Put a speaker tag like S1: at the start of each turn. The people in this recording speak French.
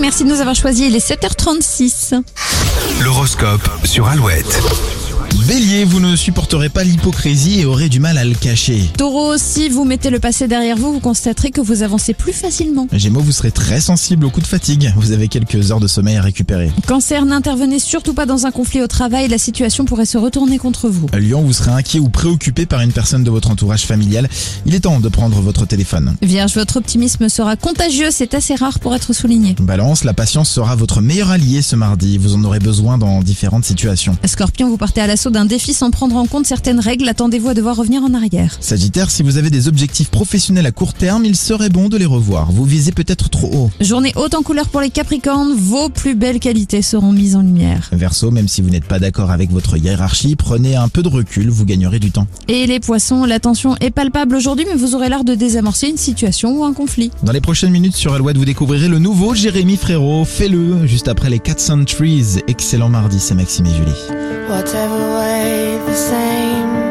S1: merci de nous avoir choisis. Il est 7h36.
S2: L'horoscope sur Alouette.
S3: Bélier, vous ne supporterez pas l'hypocrisie et aurez du mal à le cacher.
S1: Taureau, si vous mettez le passé derrière vous, vous constaterez que vous avancez plus facilement.
S3: Gémeaux, vous serez très sensible aux coups de fatigue. Vous avez quelques heures de sommeil à récupérer.
S1: Cancer, n'intervenez surtout pas dans un conflit au travail. La situation pourrait se retourner contre vous.
S3: Lion, vous serez inquiet ou préoccupé par une personne de votre entourage familial. Il est temps de prendre votre téléphone.
S1: Vierge, votre optimisme sera contagieux. C'est assez rare pour être souligné.
S3: Balance, la patience sera votre meilleur allié ce mardi. Vous en aurez besoin dans différentes situations.
S1: Scorpion, vous partez à l'assaut d'un défi sans prendre en compte certaines règles. Attendez-vous à devoir revenir en arrière.
S3: Sagittaire, si vous avez des objectifs professionnels à court terme, il serait bon de les revoir. Vous visez peut-être trop haut.
S1: Journée haute en couleur pour les Capricornes. Vos plus belles qualités seront mises en lumière.
S3: Verseau, même si vous n'êtes pas d'accord avec votre hiérarchie, prenez un peu de recul, vous gagnerez du temps.
S1: Et les poissons, la tension est palpable aujourd'hui, mais vous aurez l'art de désamorcer une situation ou un conflit.
S3: Dans les prochaines minutes sur Alouette, vous découvrirez le nouveau Jérémy Frérot. Fais-le juste après les 400 Trees. Excellent mardi, c'est Maxime et Julie.
S4: Whatever way, the same.